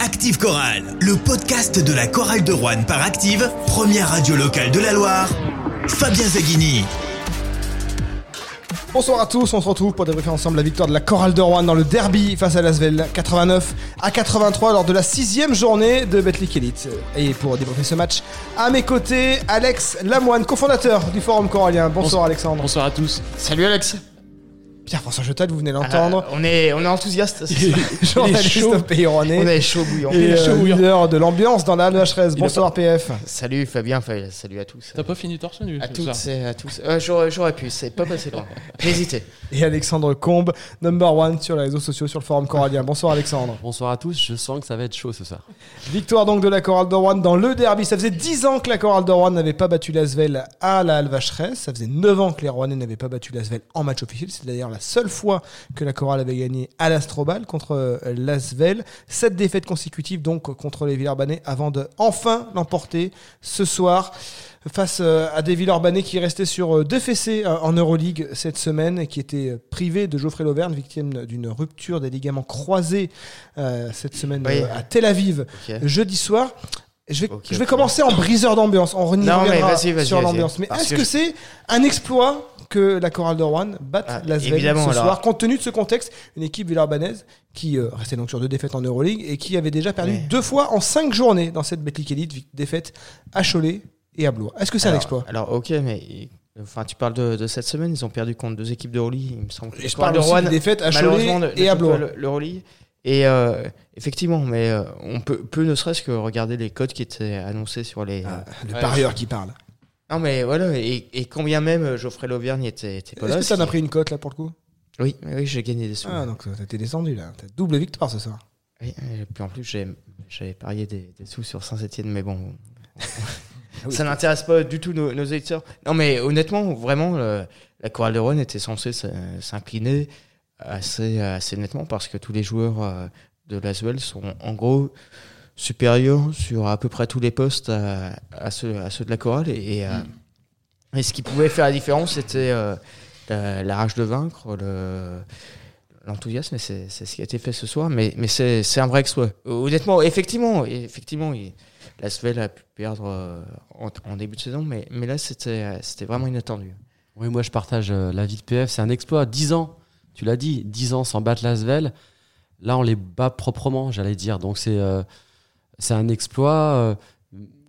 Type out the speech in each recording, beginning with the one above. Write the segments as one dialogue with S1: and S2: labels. S1: Active Chorale, le podcast de la chorale de Rouen par Active, première radio locale de la Loire. Fabien Zaghini.
S2: Bonsoir à tous, on se retrouve pour débriefer ensemble la victoire de la chorale de Rouen dans le derby face à l'Asvel 89 à 83 lors de la sixième journée de Betlic Elite. Et pour débriefer ce match, à mes côtés, Alex Lamoine, cofondateur du Forum Corallien. Bonsoir
S3: Bonsoir.
S2: Alexandre.
S3: Bonsoir à tous.
S4: Salut Alex.
S2: Pierre-François Jetal, vous venez l'entendre.
S4: Euh, on est on est enthousiaste.
S2: Journaliste au Pays
S4: on
S2: Rouennais.
S4: est chaud bouillant.
S2: Et
S3: chaud,
S2: euh,
S3: oui.
S2: leader de l'ambiance dans la HRS. Bonsoir PF.
S4: Salut Fabien, fa- salut à tous.
S3: T'as pas fini torse nu
S4: À
S3: ce
S4: toutes
S3: soir
S4: et à tous. Euh, j'aurais, j'aurais pu, c'est pas passé loin. J'hésitais.
S2: Et Alexandre Combe, number one sur les réseaux sociaux sur le Forum Corallien. Bonsoir Alexandre.
S5: Bonsoir à tous, je sens que ça va être chaud ce soir.
S2: Victoire donc de la Chorale de Rouen dans le derby. Ça faisait 10 ans que la Chorale de Rouen n'avait pas battu l'Asvel à la Alvacheresse. Ça faisait 9 ans que les Rouennais n'avaient pas battu l'Asvel en match officiel. C'est d'ailleurs la seule fois que la Chorale avait gagné à l'Astrobal contre euh, l'Asvel. Sept défaites consécutives donc contre les Villeurbanais avant de enfin l'emporter ce soir face euh, à des Villeurbanais qui restaient sur euh, deux fessées euh, en Euroleague cette semaine et qui étaient euh, privés de Geoffrey Lauvergne, victime d'une rupture des ligaments croisés euh, cette semaine
S4: Oui.
S2: euh, à Tel Aviv
S4: Ok.
S2: jeudi soir. Je vais,
S4: Ok,
S2: je vais
S4: ok.
S2: commencer en briseur d'ambiance. On renie-
S4: Non, mais
S2: reviendra
S4: vas-y, vas-y,
S2: sur
S4: vas-y.
S2: l'ambiance. Mais
S4: Parce
S2: est-ce que,
S4: que je-
S2: c'est un exploit que la chorale de Rouen batte
S4: Ah,
S2: la Svel
S4: évidemment,
S2: ce
S4: alors.
S2: soir, compte tenu de ce contexte, une équipe villarbanaise qui euh, restait donc sur deux défaites en Euroleague et qui avait déjà perdu
S4: Ouais.
S2: deux fois en cinq journées dans cette Betlic Elite, vic- défaite à Cholet et à Blois. Est-ce que c'est un
S4: Alors-
S2: exploit
S4: Alors ok, mais enfin tu parles de, de cette semaine, ils ont perdu contre deux équipes de Roli, il me semble.
S2: Et Je
S4: Pour
S2: parle
S4: le
S2: aussi
S4: Rouen,
S2: des défaites à
S4: malheureusement,
S2: Cholet
S4: ne- ne
S2: et à
S4: joue
S2: Blois.
S4: pas Le, le Roli. Et euh, effectivement, mais euh, on peut, peut ne serait-ce que regarder les codes qui étaient annoncés sur les.
S2: Ah, le
S3: Ouais.
S2: parieur qui parle.
S4: Non mais voilà, et, et combien même euh, Geoffrey Lauvergne était, était pas
S2: Est-ce
S4: là,
S2: que ça
S4: si-
S2: n'a pris une cote là pour le coup
S4: Oui, oui, j'ai gagné des sous.
S2: Ah, donc euh, t'es descendu là. T'as double victoire ce soir.
S4: Oui, et puis en plus, j'ai- j'avais parié des, des sous sur Saint-Etienne, mais bon. ça n'intéresse pas du tout nos, nos éditeurs. Non, mais honnêtement, vraiment, le- la Chorale de Rouen était censée s- s'incliner assez, assez nettement parce que tous les joueurs euh, de l'Asvel sont en gros supérieurs sur à peu près tous les postes à, à ceux, à ceux de la Chorale. Et, et, euh, et ce qui pouvait faire la différence, c'était euh, la, la rage de vaincre, le l'enthousiasme, et c'est c'est ce qui a été fait ce soir, mais, mais c'est c'est un vrai exploit. Honnêtement, effectivement, effectivement il- la Svel a pu perdre euh, en, en début de saison, mais, mais là, c'était euh, c'était vraiment inattendu.
S5: Oui, moi je partage euh, l'avis de PF, c'est un exploit. 10 ans, tu l'as dit, 10 ans sans battre l'Asvel. Là, on les bat proprement, j'allais dire. Donc c'est euh, c'est un exploit euh,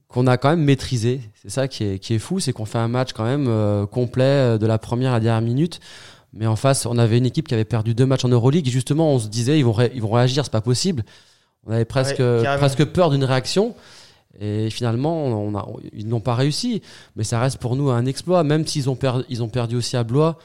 S5: qu'on a quand même maîtrisé. C'est ça qui est, qui est fou, c'est qu'on fait un match quand même euh, complet euh, de la première à la dernière minute. Mais en face, on avait une équipe qui avait perdu deux matchs en Euroleague. Et justement, on se disait, ils vont, ré- ils vont réagir, c'est pas possible. On avait presque,
S4: Ouais, carrément.
S5: presque peur d'une réaction. Et finalement, on a, ils n'ont pas réussi. Mais ça reste pour nous un exploit, même s'ils ont, per- ils ont perdu aussi à Blois.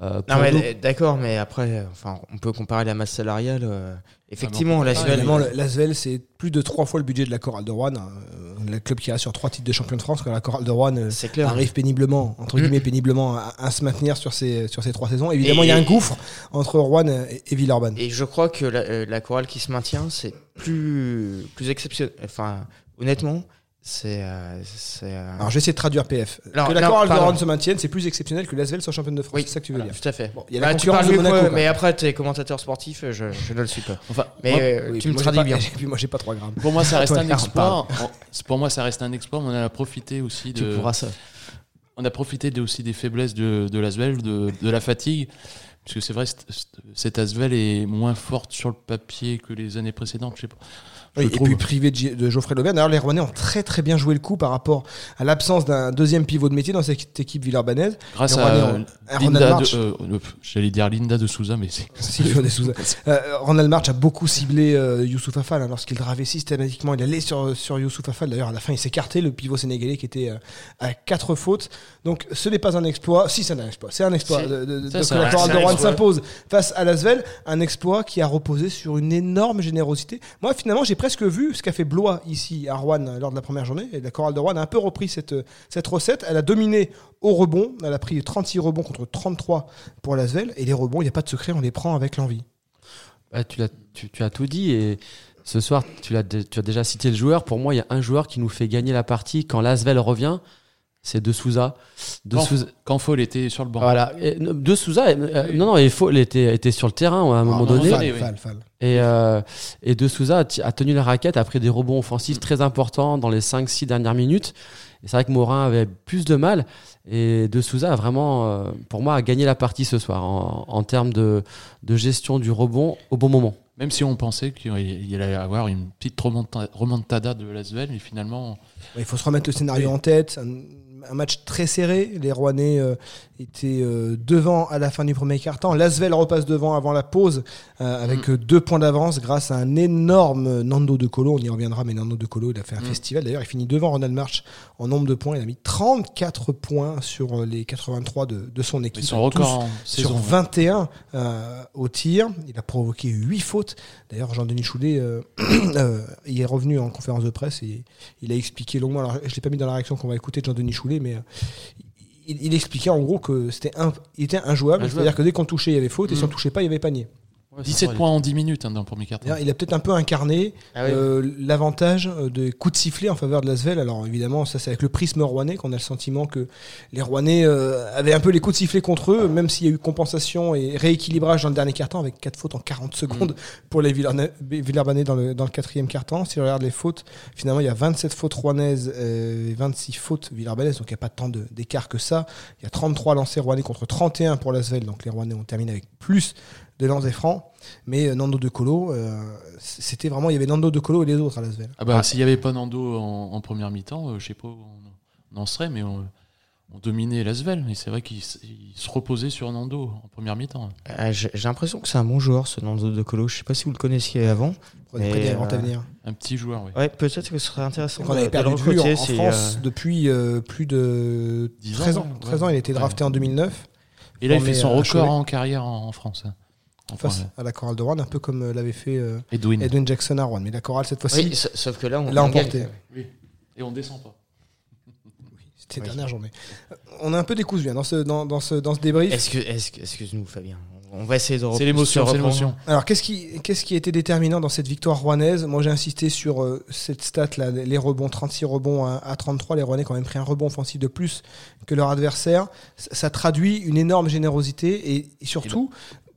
S5: Euh, pour
S4: Non, mais
S5: nous-
S4: d- d'accord, mais après, euh, enfin, on peut comparer la masse salariale. euh, effectivement, la
S2: Ah,
S4: Svel.
S2: évidemment, le- l'Asvel, c'est plus de trois fois le budget de la Chorale de Rouen. euh, le club qui a sur trois titres de champion de France, quand la Chorale de Rouen euh,
S4: C'est clair. Mm.
S2: arrive péniblement, entre guillemets péniblement, à, à se maintenir sur ces, sur ces trois saisons. Évidemment,
S4: Et-
S2: il y a un gouffre entre Rouen et, et Villeurbanne.
S4: Et je crois que la, euh, la chorale qui se maintient, c'est plus, plus exceptionnel. Enfin, honnêtement, c'est. euh, c'est, euh,
S2: Alors, je vais essayer de traduire PF.
S4: Alors,
S2: que la
S4: non,
S2: Chorale de
S4: pardon.
S2: Rouen se maintienne, c'est plus exceptionnel que l'Asvel soit championne de France.
S4: Oui,
S2: c'est ça que tu veux
S4: voilà,
S2: dire.
S4: tout à fait.
S2: Bon, il y a la
S4: Bah, tu
S2: concurrence
S4: parles
S2: de
S4: mieux que
S2: Monaco.
S4: moi,
S2: quoi.
S4: mais après, t'es commentateur sportif, je, je ne le suis pas.
S3: Enfin,
S4: Mais
S3: moi,
S4: euh,
S2: Oui,
S4: tu me
S2: moi, j'ai
S4: traduis
S2: pas-
S4: bien.
S2: Puis moi, j'ai pas trois grammes.
S3: pour moi, ça reste
S2: Toi,
S3: un
S2: Pierre,
S3: exploit. On- c'est- pour moi, ça reste un exploit. mais On a profité aussi de.
S4: ça.
S3: On a profité de- aussi des faiblesses de, de l'Asvel, de, de la fatigue. Parce que c'est vrai, c't- c't- cette Asvel est moins forte sur le papier que les années précédentes. Je sais pas. Je
S2: Oui, et
S3: trouve.
S2: puis privé de, G- de Geoffrey Lauvergne. D'ailleurs, les Rouennais ont très très bien joué le coup par rapport à l'absence d'un deuxième pivot de métier dans cette équipe villerbanaise.
S3: Grâce
S2: Les
S3: à
S2: Rouennais ont-
S3: euh,
S2: Aaron
S3: Linda
S2: Almarch.
S3: de, euh, euh, j'allais dire Linda de Souza, mais c'est
S2: Si, il faut des sous- Euh, Ronald March a beaucoup ciblé euh, Youssouf Afal hein, lorsqu'il dravait systématiquement. Il allait sur, sur Youssouf Afal. D'ailleurs, à la fin, il s'est écarté, le pivot sénégalais qui était euh, à quatre fautes. Donc, ce n'est pas un exploit. Si, c'est un exploit. C'est un exploit
S3: Si.
S2: de, de- de-
S3: Ça,
S2: de-
S3: c'est
S2: que la
S3: un-
S2: Chorale
S4: c'est
S2: de
S4: un
S2: Rouen
S4: exploit.
S2: s'impose face à Lasvel. Un exploit qui a reposé sur une énorme générosité. Moi, finalement, j'ai presque vu ce qu'a fait Blois ici à Rouen euh, lors de la première journée. Et la Chorale de Rouen a un peu repris cette, euh, cette recette. Elle a dominé au rebond. Elle a pris 36 rebonds contre 33 pour Lasvel. Et les rebonds, il n'y a pas de secret, on les prend avec l'envie.
S5: Bah, tu, l'as- tu- tu as tout dit et ce soir, tu, l'as dé- tu as déjà cité le joueur. Pour moi, il y a un joueur qui nous fait gagner la partie quand Lasvel revient. C'est De Souza. De
S3: Quand-
S5: Souza-
S3: Quand Foll était sur le banc.
S5: Voilà. Et, euh, de Souza, euh, euh, non, non, et Foll était, était sur le terrain à un moment
S3: non,
S5: donné.
S3: Fall.
S2: Fal,
S3: oui.
S2: fal, fal.
S5: Et, euh, et De Souza a, ti- a tenu la raquette, a pris des rebonds offensifs très importants dans les 5-6 dernières minutes. Et c'est vrai que Morin avait plus de mal. Et De Souza a vraiment, euh, pour moi, a gagné la partie ce soir en, en termes de, de gestion du rebond au bon moment.
S3: Même si on pensait qu'il allait avoir une petite remonta- remontada de Lasvel, et finalement,
S2: Il faut se remettre le scénario en tête. Un, un match très serré. Les Rouennais euh, étaient euh, devant à la fin du premier quart-temps. L'Asvel repasse devant avant la pause euh, avec euh, deux points d'avance grâce à un énorme euh, Nando De Colo. On y reviendra, mais Nando De Colo, il a fait un festival. D'ailleurs, il finit devant Ronald March en nombre de points. Il a mis 34 points sur euh, les 83 de, de son équipe.
S3: ils sont hein. record en
S2: Tous sur
S3: saison.
S2: 21 euh, au tir. Il a provoqué 8 fautes. D'ailleurs, Jean-Denis Choulet euh, euh, il est revenu en conférence de presse et il a expliqué longuement. Alors, je l'ai pas mis dans la réaction qu'on va écouter de Jean-Denis Choulet, mais euh, il, il expliquait en gros que c'était un, il était injouable.
S5: Injouable.
S2: C'est-à-dire que dès qu'on touchait, il y avait faute et si
S3: Mm.
S2: on touchait pas, il y avait panier.
S3: 17 points en 10 minutes hein, dans le premier quart
S2: D'ailleurs, Il a peut-être un peu incarné
S4: Ah oui.
S2: euh, l'avantage euh, des coups de sifflet en faveur de l'Asvel. Alors évidemment, ça c'est avec le prisme rouennais qu'on a le sentiment que les Rouennais euh, avaient un peu les coups de sifflet contre eux, même s'il y a eu compensation et rééquilibrage dans le dernier quart-temps avec 4 fautes en 40 secondes
S4: Mm.
S2: pour les Villerne- Villeurbanais dans le, dans le quatrième quart-temps. Si on regarde les fautes, finalement il y a 27 fautes rouennaises euh, et 26 fautes villeurbanaises, donc il n'y a pas tant de- d'écart que ça. Il y a 33 lancers rouennais contre 31 pour l'Asvel, donc les Rouennais ont terminé avec plus de lancers francs. Mais euh, Nando De Colo, euh, c'était vraiment. Il y avait Nando De Colo et les autres à Lasvel.
S3: Ah bah, s'il n'y avait pas Nando en, en première mi-temps, euh, je sais pas où on, on en serait, mais on, on dominait Lasvel. Et c'est vrai qu'il s- il se reposait sur Nando en première mi-temps. hein.
S4: Ah, J'ai j'ai l'impression que c'est un bon joueur, ce Nando De Colo. Je sais pas si vous le connaissiez avant.
S2: On est
S4: Et,
S2: prêt d'aller
S4: euh,
S2: en avenir.
S3: Un petit joueur, oui.
S4: Ouais, peut-être que ce serait intéressant.
S2: Donc, on avait
S4: de- de le
S2: perdu de vue en,
S4: recruter
S2: en
S4: si,
S2: France
S4: euh,
S2: depuis euh, plus de
S3: 10 ans,
S2: 13 ans.
S3: ouais.
S2: 13 ans, il a été drafté en 2009
S3: Et là, il
S2: on
S3: fait
S2: est
S3: son
S2: à Cholet.
S3: record en carrière en, en France. hein, en
S2: face
S3: points.
S2: à la Chorale de Rouen, un peu comme euh, l'avait fait euh,
S3: Edwin.
S2: Edwin Jackson à Rouen. Mais la Chorale, cette fois-ci,
S4: Mm. Oui, sa- sauf que là, on
S2: l'a
S4: on gagne,
S2: emporté.
S4: quand même.
S3: Et on descend pas.
S2: c'était la
S4: Oui.
S2: dernière journée. Euh, On a un peu décousu hein, dans, ce, dans, dans ce, dans ce débrief.
S4: Est-ce que- est-ce que- Excuse-nous, Fabien. On va essayer de
S3: C'est
S4: reprendre-
S3: l'émotion,
S4: se
S3: c'est
S4: reprendre.
S3: l'émotion.
S2: Alors, qu'est-ce qui, qu'est-ce qui a été déterminant dans cette victoire rouennaise Moi, j'ai insisté sur euh, cette stat-là, les les rebonds, 36 rebonds à, à 33. Les Rouennais ont quand même pris un rebond offensif de plus que leur adversaire. Ça, ça traduit une énorme générosité et, et surtout,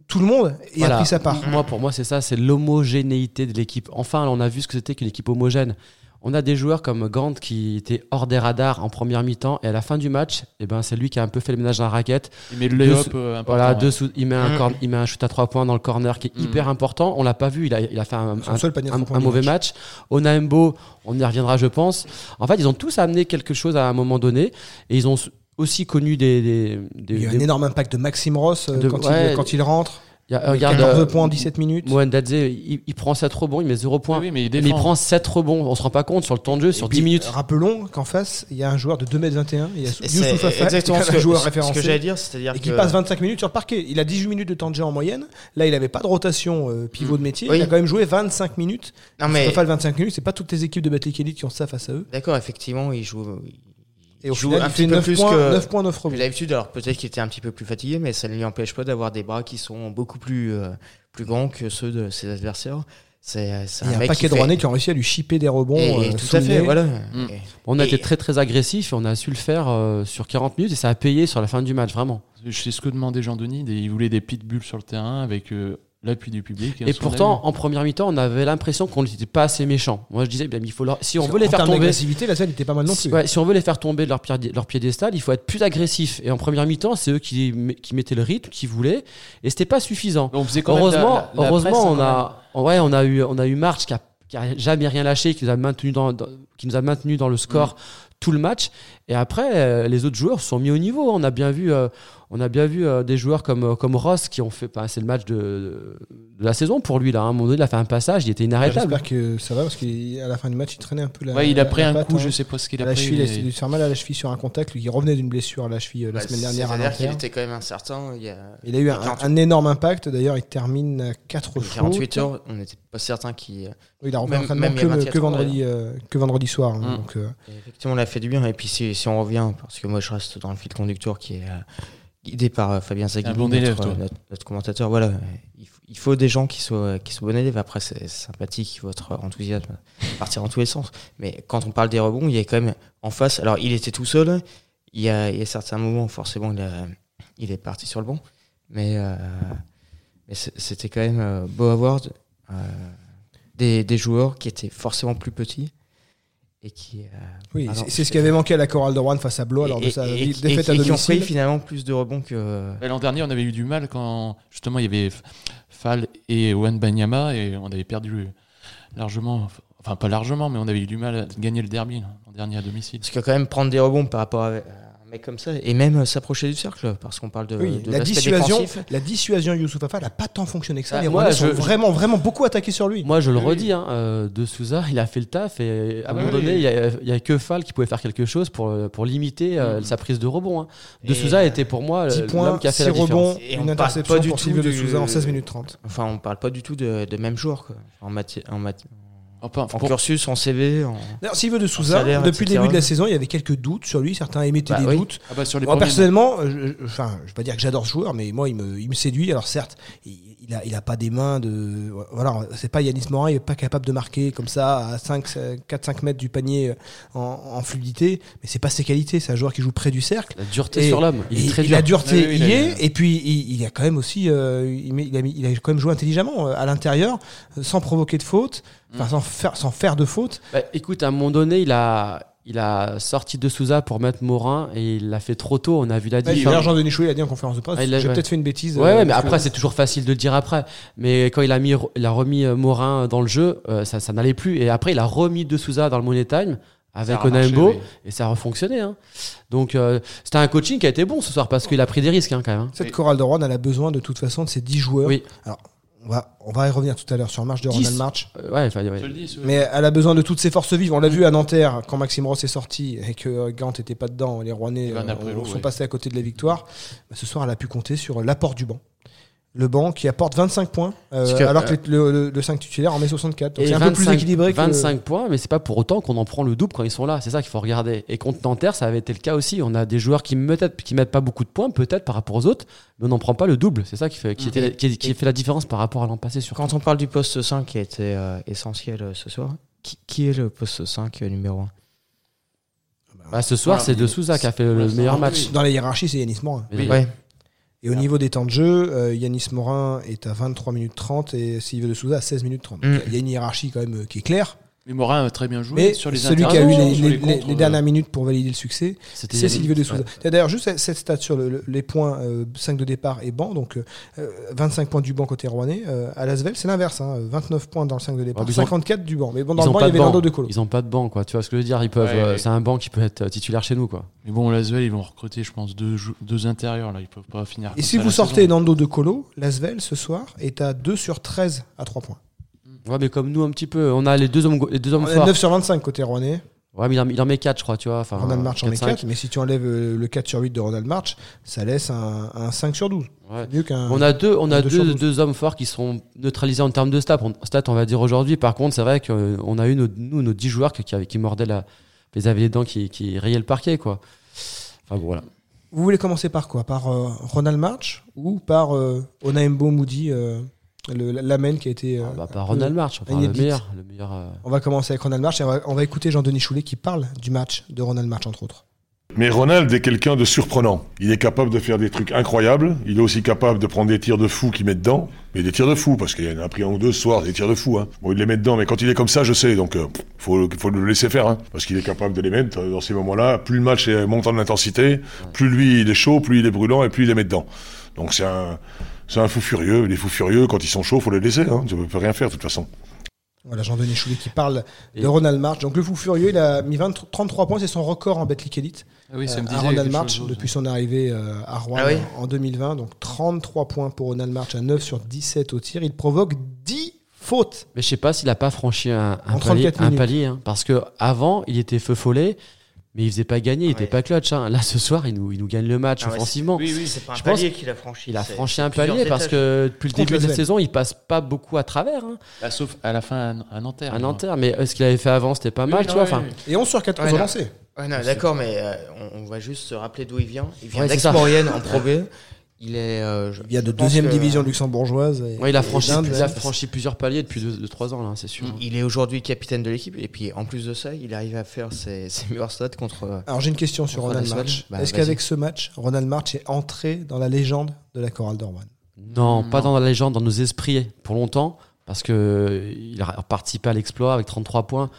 S2: tout le monde y
S5: Voilà. Mm-hmm.
S2: a pris sa part.
S5: Moi, pour moi, c'est ça, c'est l'homogénéité de l'équipe. Enfin, on a vu ce que c'était qu'une équipe homogène. On a des joueurs comme Gant qui était hors des radars en première mi-temps et à la fin du match, eh ben, c'est lui qui a un peu fait le ménage dans la raquette.
S3: Il met le
S5: Deux
S3: lay-up
S5: sou-
S3: euh, important,
S5: Voilà,
S3: ouais.
S5: deux sous- il, met un
S4: Mm.
S5: corn- il met un shoot à trois points dans le corner qui est
S3: Mm.
S5: hyper important. On l'a pas vu, il a, il a fait un,
S2: Son
S5: un-
S2: seul panier à
S5: un-
S2: trois points
S5: un
S2: du
S5: mauvais match. Onaembo, on y reviendra, je pense. En fait, ils ont tous amené quelque chose à un moment donné et ils ont s- aussi connu des. des, des-
S2: Il y a eu
S5: des-
S2: un énorme impact de Maxime Ross euh,
S5: De-
S2: quand,
S5: ouais.
S2: il, quand il rentre.
S5: il y a- regarde,
S2: 14
S5: euh,
S2: points en 17 minutes.
S5: Mohamed Dadze, il, il prend 7 rebonds, il met 0
S3: Oui,
S5: points.
S3: oui, mais il
S5: mais il
S3: défend.
S5: prend 7 rebonds, on se rend pas compte sur le temps de jeu, sur
S2: Et puis, euh,
S5: 10 minutes.
S2: Rappelons qu'en face, il y a un joueur de 2m21, il y a
S4: Et c'est-
S2: Youssouf Afal,
S4: Exactement
S2: qui est
S4: ce
S2: un
S4: que,
S2: joueur
S4: ce que
S2: référencé.
S4: j'allais dire, c'est-à-dire
S2: et
S4: que
S2: qui passe 25 minutes sur le parquet. Il a 18 minutes de temps de jeu en moyenne. Là, il n'avait pas de rotation euh, pivot de métier.
S4: Oui.
S2: Il a quand même joué 25 minutes.
S4: non
S2: Mais...
S4: mais
S2: Rafale 25 minutes, c'est pas toutes les équipes de Battle Elite qui ont ça face à eux.
S4: d'accord, effectivement, il joue il
S2: Et au
S4: joue
S2: final,
S4: un
S2: il fait
S4: petit peu
S2: 9
S4: plus
S2: points,
S4: que
S2: 9 points, 9
S4: que
S2: rebonds.
S4: d'habitude. Alors peut-être qu'il était un petit peu plus fatigué, mais ça ne lui empêche pas d'avoir des bras qui sont beaucoup plus euh, plus grands que ceux de ses adversaires. C'est euh, c'est
S2: Il y a
S4: un
S2: un
S4: mec
S2: paquet
S4: qui
S2: de
S4: fait-
S2: Rouennais qui ont réussi à lui chipper des rebonds.
S4: Et-
S2: euh,
S4: et tout
S2: sous
S4: à
S2: le
S4: fait,
S2: nez.
S4: voilà.
S3: Mm.
S4: Et-
S5: On a
S4: et-
S5: été très très agressif et on a su le faire euh, sur 40 minutes et ça a payé sur la fin du match, vraiment.
S3: C'est ce que demandait Jean-Denis. des- Il voulait des pitbulls sur le terrain avec euh, l'appui du public.
S5: Et
S3: ce qu'on a
S5: pourtant,
S3: vu.
S5: en première mi-temps, on avait l'impression qu'on n'était pas assez méchant. Moi, je disais, bien, il faut leur- si on veut les
S2: En
S5: faire
S2: termes
S5: tomber,
S2: d'agressivité, la scène n'était pas mal non
S5: si,
S2: plus.
S5: ouais, si on veut les faire tomber de leur, pierre- leur piédestal, il faut être plus agressif. Et en première mi-temps, c'est eux qui, qui mettaient le rythme, qui voulaient, et c'était pas suffisant.
S3: on faisait quand même la-
S5: Heureusement,
S3: la- la
S5: heureusement,
S3: presse,
S5: on
S3: quand
S5: a, ouais, on a eu, on a eu March qui a, qui a jamais rien lâché, qui nous a maintenu dans, dans- qui nous a maintenu dans le score
S3: Mm.
S5: tout le match. Et après, euh, les autres joueurs se sont mis au niveau. On a bien vu, euh, on a bien vu euh, des joueurs comme euh, comme Ross qui ont fait, bah, c'est le match de, de la saison pour lui là. À un moment donné, il a fait un passage, il était inarrêtable.
S2: J'espère que ça va parce qu'à la fin du match, il traînait un peu la.
S3: Ouais, il a pris
S2: la
S3: un
S2: patte,
S3: coup,
S2: hein.
S3: je sais pas ce qu'il
S2: À
S3: a
S2: La
S3: pris.
S2: cheville, il a
S3: mais-
S2: essayé de se faire mal à la cheville sur un contact. Lui, il revenait d'une blessure à la cheville euh, la
S4: bah,
S2: semaine dernière à
S4: C'est-à-dire qu'il
S2: l'intérieur.
S4: était quand même incertain. Il y a
S2: Il a eu un,
S4: quarante-
S2: un énorme impact. D'ailleurs, il termine à 4 fautes.
S4: 48 heures, on n'était pas certain qu'il.
S2: Oui, Il a repris
S4: Même-
S2: l'entraînement
S4: même il y a
S2: que,
S4: 24
S2: que
S4: heures,
S2: vendredi, euh, que vendredi soir. hein,
S3: Mm.
S2: donc, euh,
S4: Et Effectivement, on l'a fait du bien. Et puis, si, si on revient, parce que moi, je reste dans le fil conducteur qui est euh, guidé par euh, Fabien Zaghi,
S3: un bon élève,
S4: notre,
S3: toi.
S4: euh, notre- notre commentateur. Voilà, il, f- il faut des gens qui soient, qui soient bons élèves. Après, c'est sympathique, votre enthousiasme va partir dans tous les sens. Mais quand on parle des rebonds, il y a quand même en face. Alors, il était tout seul. il y a, il y a certains moments où forcément il, a- il est parti sur le bon. Mais, euh, mais c- c'était quand même euh, beau à voir euh, des, des joueurs qui étaient forcément plus petits et qui. euh,
S2: Oui,
S4: pardon,
S2: c'est- c'est ce qui avait manqué à la chorale de Rouen face à Blois lors de
S4: et-
S2: sa
S4: et- et-
S2: défaite
S4: et-
S2: à
S4: et qui ont
S2: domicile.
S4: pris finalement plus de rebonds que.
S3: Bah, L'an dernier, on avait eu du mal quand justement il y avait F- Fall et Owen Banyama et on avait perdu largement, enfin pas largement, mais on avait eu du mal à gagner le derby là, l'an dernier à domicile.
S4: Parce que quand même prendre des rebonds par rapport à à un mec comme ça et même euh, s'approcher du cercle parce qu'on parle de,
S2: Oui,
S4: euh, de
S2: la
S4: l'aspect
S2: dissuasion,
S4: défensif.
S2: la dissuasion Youssouf Afal n'a pas tant fonctionné que ça.
S5: Ah,
S2: les
S5: moi,
S2: Rouennais
S5: je-
S2: sont vraiment, vraiment beaucoup attaqués sur lui.
S5: Moi, je le
S3: Oui.
S5: redis, hein, euh, De Souza, il a fait le taf et à un
S3: Ah
S5: moment
S3: oui.
S5: donné, il y a- il n'y a, que Fall qui pouvait faire quelque chose pour, pour limiter euh,
S3: Mhm.
S5: sa prise de rebond. hein. De
S4: Et,
S5: Souza
S4: euh,
S5: était pour moi
S2: 10
S5: le-
S2: points,
S5: l'homme qui a fait
S2: 6
S5: la différence.
S2: rebonds,
S4: différence. Et on
S2: une
S4: parle
S2: interception
S4: pas du
S2: pour
S4: tout
S2: Sylvio de
S4: du-
S2: Souza en 16 minutes 30.
S4: Enfin, on parle pas du tout de, de même joueur quoi. En, mati- en, mati-
S3: Enfin,
S4: en
S3: pour-
S4: cursus, en CV, en.
S2: D'ailleurs, Sylvio de Souza,
S4: salaire,
S2: depuis le
S4: etc.
S2: début de la saison, il y avait quelques doutes sur lui. Certains émettaient
S4: Bah
S2: des
S4: oui.
S2: doutes.
S3: ah bah, sur les
S2: Moi,
S3: premiers-
S2: personnellement, euh, je- je- enfin, je vais pas dire que j'adore ce joueur, mais moi, il me, il me séduit. Alors, certes, il, il a, il a pas des mains de, voilà, c'est pas Yanis Morin, il est pas capable de marquer comme ça à 5, 4, 5 mètres du panier euh, en, en fluidité, mais c'est pas ses qualités. C'est un joueur qui joue près du cercle.
S5: La dureté
S2: Et-
S5: sur l'homme, il
S2: Et
S5: est très
S2: La
S5: dur.
S2: dureté
S3: Ah Oui, oui,
S2: y
S3: il a-
S2: est, et puis il, il a quand même aussi, euh, il, met- il a, mis- il a quand même joué intelligemment euh, à l'intérieur, euh, sans provoquer de faute,
S5: Mm.
S2: enfin, sans faire, sans faire de faute.
S5: Bah, écoute, à un moment donné, il a, il a sorti De Souza pour mettre Morin et il l'a fait trop tôt. On a vu la
S2: D'ailleurs,
S5: différence.
S2: Jean-Denis Chouet a dit en conférence de presse,
S5: Ah, il
S2: j'ai
S5: a- ouais.
S2: peut-être fait une bêtise.
S5: Ouais,
S2: euh,
S5: ouais, mais
S2: parce que-
S5: après, c'est toujours facile de le dire après. Mais quand il a, mis, il a remis euh, Morin dans le jeu, euh, ça, ça n'allait plus. Et après, il a remis De Souza dans le Money
S3: Ça
S5: Time avec
S3: a marché,
S5: Onaimbo
S3: oui.
S5: et ça a refonctionné. hein. Donc, euh, c'était un coaching qui a été bon ce soir parce qu'il a pris des risques hein, quand même. hein.
S2: Cette
S3: Et-
S2: chorale de Rouen, elle a besoin de toute façon de ses 10 joueurs.
S5: Oui.
S2: Alors, on va, on va y revenir tout à l'heure sur le match de
S5: 10.
S2: Ronald March.
S5: Euh, ouais, enfin, ouais.
S3: Je le dis, ce-
S2: Mais elle a besoin de toutes ses forces vives. On l'a vu à Nanterre, quand Maxime Ross est sorti et que euh, Gant n'était pas dedans, les Rouennais
S3: Et Van
S2: euh,
S3: Aprelo,
S2: sont
S3: ouais.
S2: passés à côté de la victoire. Bah, ce soir, elle a pu compter sur euh, l'apport du banc. Le banc qui apporte 25 points, euh,
S4: Parce que,
S2: alors que le, le- le 5 titulaire en met 64. Donc
S5: Et
S2: c'est un peu plus équilibré que
S5: 25 points, mais c'est pas pour autant qu'on en prend le double quand ils sont là. C'est ça qu'il faut regarder. Et contre Nanterre, ça avait été le cas aussi. On a des joueurs qui mettent, qui mettent pas beaucoup de points, peut-être par rapport aux autres, mais on n'en prend pas le double. C'est ça qui fait, qui
S3: Mhm.
S5: était- qui- qui fait la différence par rapport à l'an passé. Sur
S4: Quand on parle du poste 5 qui a été euh, essentiel euh, ce soir, qui, qui est le poste 5 euh, numéro 1
S5: Bah, ce soir,
S3: Voilà.
S5: c'est De Souza qui a fait le
S3: Oui.
S5: meilleur
S3: Oui.
S5: match.
S2: Dans la hiérarchie, c'est Yanis Morin.
S5: Mais-
S4: Ouais.
S2: Et au niveau des temps de jeu, euh, Yanis Morin est à 23 minutes 30 et Sylvio de Souza à 16 minutes 30. Donc,
S4: Mm.
S2: Il y a une hiérarchie quand même euh, qui est claire.
S3: mais Morin a très bien joué
S2: Mais
S3: sur les
S2: celui qui a eu les,
S3: interventions, sur
S2: les- les-
S3: contres,
S2: les
S3: euh,
S2: dernières minutes pour valider le succès,
S5: C'était-
S2: c'est Sylvio de Souza.
S5: Ouais.
S2: Et D'ailleurs, juste cette stat sur le- le- les points 5 de départ et banc, donc euh, 25 points du banc côté rouennais. euh, à Lasvel, c'est l'inverse, hein, 29 points dans le 5 de départ,
S5: Ah, mais ils ont-
S2: 54 du banc. Mais bon, dans
S5: Ils
S2: le
S5: ont
S2: banc, il
S5: pas
S2: y
S5: de
S2: avait
S5: banc.
S2: Nando de Colo.
S5: Ils ont pas de banc, quoi. Tu vois ce que je veux dire Ils peuvent.
S3: Ouais,
S5: euh,
S3: ouais.
S5: C'est un banc qui peut être euh, titulaire chez nous, quoi.
S3: Mais bon, Lasvel, ils vont recruter, je pense, deux, jou- deux intérieurs là. Ils peuvent pas finir.
S2: Et
S3: comme
S2: si
S3: ça
S2: vous
S3: la
S2: sortez
S3: saison.
S2: Nando de Colo, Lasvel ce soir est à 2 sur 13 à 3 points.
S5: Ouais, mais comme nous un petit peu, on a les deux hommes, go- les deux hommes
S2: On est à
S5: forts.
S2: 9 sur 25 côté rouennais.
S5: Ouais, mais il en, il en met 4 je crois, tu vois. Enfin,
S2: Ronald March en met
S5: 4-5.
S2: 4, mais si tu enlèves euh, le 4 sur 8 de Ronald March, ça laisse un, un 5 sur 12.
S5: Ouais.
S2: Mieux qu'un.
S5: On a deux, on a
S2: deux sur
S5: deux,
S2: douze.
S5: deux hommes forts qui sont neutralisés en termes de stats. On, stats, on va dire aujourd'hui. Par contre, c'est vrai qu'on a eu nos, nous nos 10 joueurs qui, qui, avaient- qui mordaient la, les avaient les dents, qui, qui rayaient le parquet, quoi. Enfin bon,
S2: Euh,
S5: voilà.
S2: Vous voulez commencer par quoi Par euh, Ronald March ou par euh, Onaembo Moody, euh, le- la- l'amen qui a été. euh,
S5: Ah, bah,
S2: un
S5: par
S2: peu-
S5: Ronald March, enfin,
S2: un
S5: le
S2: inédit.
S5: meilleur, le meilleur. euh,
S2: On va commencer avec Ronald March et on va, on va écouter Jean-Denis Choulet qui parle du match de Ronald March, entre autres.
S6: Mais Ronald est quelqu'un de surprenant. Il est capable de faire des trucs incroyables. Il est aussi capable de prendre des tirs de fou qu'il met dedans. Mais des tirs de fou, parce qu'il y en a pris un ou deux ce soir, des tirs de fou. Hein. Bon, il les met dedans, mais quand il est comme ça, je sais. Donc, euh, pff, faut, faut le laisser faire. Hein, parce qu'il est capable de les mettre euh, dans ces moments-là. Plus le match est montant de l'intensité, plus lui, il est chaud, plus il est brûlant, et plus il les met dedans. Donc, c'est un, c'est un fou furieux. Les fous furieux, quand ils sont chauds, faut les laisser. Hein. Tu ne peux rien faire, de toute façon.
S2: Voilà, Jean-Denis Choulet qui parle de
S5: Et-
S2: Ronald March. Donc, le fou furieux, il a mis 20 33 points, c'est son record en Betclic Elite.
S3: Ah oui, ça
S2: euh,
S3: me
S2: à
S3: disait
S2: Ronald
S3: quelque
S2: March
S3: chose.
S2: depuis son arrivée euh, à Rouen
S4: Ah oui
S2: euh, en 2020. Donc, 33 points pour Ronald March à 9 sur 17 au tir. Il provoque 10 fautes.
S5: Mais je sais pas s'il a pas franchi un, un
S2: En 34
S5: palier, un
S2: minutes.
S5: palier, hein. parce que avant il était feu follet, mais il faisait pas gagner, il était
S4: Ouais.
S5: pas clutch. hein. Là ce soir, il nous, il nous gagne le match
S4: Ah ouais,
S5: offensivement.
S4: Oui, oui, c'est pas un
S5: Je pense
S4: palier qu'il a franchi.
S5: Il a
S4: c'est-
S5: franchi
S4: c'est
S5: un
S4: plusieurs
S5: palier parce
S4: étages.
S5: que depuis le
S2: Contre
S5: début de la
S2: Lasvel.
S5: saison, il passe pas beaucoup à travers hein,
S3: Bah, sauf à la fin à, à Nanterre.
S5: à Nanterre. Mais euh, ce qu'il avait fait avant, c'était pas mal, tu vois. Enfin,
S2: Et 11 sur 14
S4: Ouais,
S2: au
S4: là.
S2: lancer.
S4: Ouais, non, d'accord, mais euh, on, on va juste se rappeler d'où il vient. Il vient
S5: Ouais, c'est ça.
S4: d'Aix-Maurienne en Pro B. Il est. euh, je-
S2: Il vient de
S4: je pense
S2: deuxième
S4: que-
S2: division luxembourgeoise. et-
S5: Ouais, il a
S2: et
S5: franchi,
S2: d'Inde,
S5: il a
S2: ouais.
S5: franchi plusieurs paliers depuis 2-3 ans, là, c'est sûr. hein.
S4: Il- Il est aujourd'hui capitaine de l'équipe et puis en plus de ça, il arrive à faire ses, ses meilleurs stats contre. euh,
S2: Alors j'ai une question sur
S4: Ronald
S2: Ronald
S4: March.
S2: March.
S4: Bah,
S2: Est-ce
S4: vas-y.
S2: qu'avec ce match, Ronald March est entré dans la légende de la chorale d'Orwan
S5: Non,
S3: Non.
S5: pas dans la légende, dans nos esprits, pour longtemps, parce que euh, il a participé à l'exploit avec 33 points.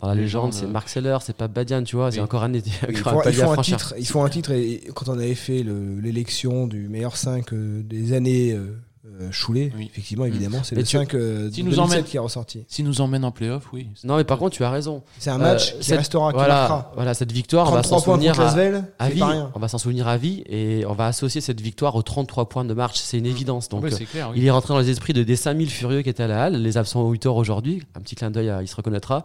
S5: Dans la légende,
S3: Légende,
S5: c'est
S3: euh.
S5: Marc Seller, c'est pas Badian, tu vois, c'est
S3: Oui.
S5: encore un, encore
S2: ils
S5: un
S2: font, ils
S5: palier à
S2: font un
S5: franchir.
S2: titre, ils font un titre et, et quand on avait fait le- l'élection du meilleur 5 euh, des années euh, euh, Choulet,
S3: Oui.
S2: effectivement, évidemment, c'est
S5: Mm. Mais
S2: le
S5: tu-
S2: 5 euh,
S3: s'il
S2: de
S3: nous
S2: 2007
S3: emmène-
S2: qui est ressorti.
S3: S'il nous emmène en playoff, oui.
S5: Non, mais par contre, tu as raison.
S2: C'est un
S5: Euh,
S2: match qui
S5: cette-
S2: restera, qui
S5: Voilà,
S2: marquera.
S5: voilà, cette victoire, on va s'en
S2: 33 points
S5: souvenir
S2: contre
S5: à,
S2: Lasvel,
S5: à
S2: c'est
S5: vie.
S2: pas rien.
S5: On va s'en souvenir à vie et on va associer cette victoire aux 33 points de marche. C'est une évidence. Donc,
S3: Ouais,
S5: euh,
S3: c'est clair. oui.
S5: il est rentré dans les esprits de des 5000 furieux qui étaient à la halle, les absents aux 8 heures aujourd'hui. Un petit clin d'œil, à- il se reconnaîtra.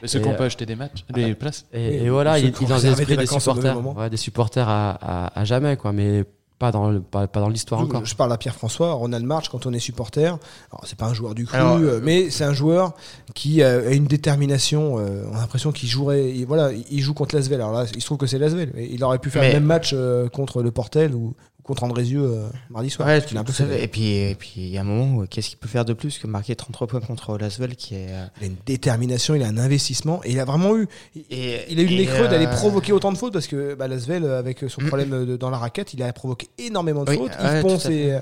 S3: Parce
S5: et,
S3: qu'on
S5: euh,
S3: peut acheter des matchs, des places.
S5: Et,
S2: Oui,
S5: et voilà,
S2: ceux
S5: il,
S2: qui
S5: il est
S2: ont
S5: dans les
S2: réservé des
S5: esprits des
S2: vacances au mauvais
S5: supporters,
S2: moment.
S5: ouais, des supporters à, à- à jamais, quoi, mais pas dans le- pas, pas dans l'histoire
S2: Je-
S5: encore.
S2: Je parle à Pierre-François, Ronald March, quand on est supporter, alors, c'est pas un joueur du cru,
S4: Alors,
S2: euh, mais c'est un joueur qui euh, a une détermination, euh, on a l'impression qu'il jouerait, il- voilà, il joue contre Lasvel, alors là, il se trouve que c'est Lasvel, mais il aurait pu faire
S4: Mais-
S2: le même match euh, contre le Portel ou ou contre Andrézieux euh, mardi soir.
S4: Ouais,
S2: parce qu'il a un
S4: tout
S2: peu
S4: à
S2: fait-
S4: fait. Et puis, et puis, il y a un moment où qu'est-ce qu'il peut faire de plus que marquer 33 points contre Laswell qui est. euh,
S2: il a une détermination, il a un investissement, et il a vraiment eu, il,
S4: Et-
S2: il a eu le
S4: et,
S2: nez creux d'aller
S4: euh,
S2: provoquer autant de fautes, parce que bah, Lasvel, euh, avec son
S4: Mm.
S2: problème de- dans la raquette, il a provoqué énormément de
S4: Oui,
S2: fautes,
S4: ouais,
S2: Yves
S4: tout à
S2: Ponce
S4: fait.
S2: et...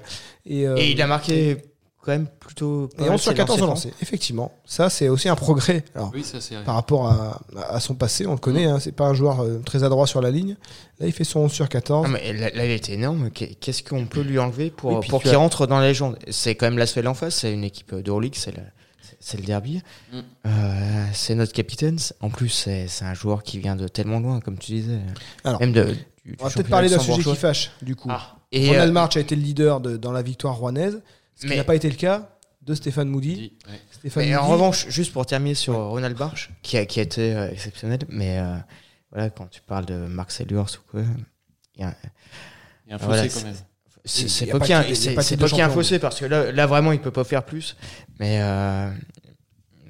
S2: Et, euh,
S4: Et il a marqué quand même plutôt. pas
S2: Et
S4: mal
S2: 11 sur
S4: ses
S2: 14 en
S4: lancers francs.
S2: lancé, effectivement. Ça, c'est aussi un progrès. Alors,
S3: Oui, ça c'est
S2: par rapport à, à son passé, on le
S4: Mm.
S2: connaît, hein, c'est pas un joueur euh, très adroit sur la ligne. Là, il fait son 11 sur 14.
S4: Non, Ah, mais là, là, il était énorme. Qu'est- Qu'est-ce qu'on peut lui enlever pour,
S5: Oui, puis
S4: pour
S5: tu
S4: qu'il
S5: as-
S4: rentre dans la légende C'est quand même l'Asvel en face, c'est une équipe d'Euroleague, c'est le, c'est- c'est le derby.
S3: Mm.
S4: Euh, c'est notre capitaine. C'est- En plus, c'est c'est un joueur qui vient de tellement loin, comme tu disais.
S2: Alors,
S4: même de, du-
S2: on
S4: du
S2: va peut-être
S4: championnat
S2: parler d'un sujet
S4: luxembourgeois.
S2: qui fâche, du coup.
S4: Ah. Et
S2: Ronald
S4: euh,
S2: March a été le leader de- dans la victoire rouennaise, ce qui
S4: mais-
S2: n'a pas été le cas de Stéphane Moody. Stéphane
S4: euh, mais en
S2: Moody,
S4: revanche, juste pour terminer sur Ronald Barche, qui a, qui a été euh, exceptionnel, mais euh, voilà, quand tu parles de Marcel Hurst ou quoi, il y a-
S3: Il y a un
S4: Voilà,
S3: fossé quand même.
S2: Il
S4: C'est
S2: y
S4: c'est
S2: a
S4: pas
S2: pas
S4: qu'il y a-
S2: qu'il y ait- il y a
S4: c'est-
S2: pas
S4: c'est
S2: qu'il y ait
S4: pas
S2: deux
S4: qu'il y a un
S2: champions.
S4: fossé parce que là, là vraiment il peut pas faire plus. Mais euh,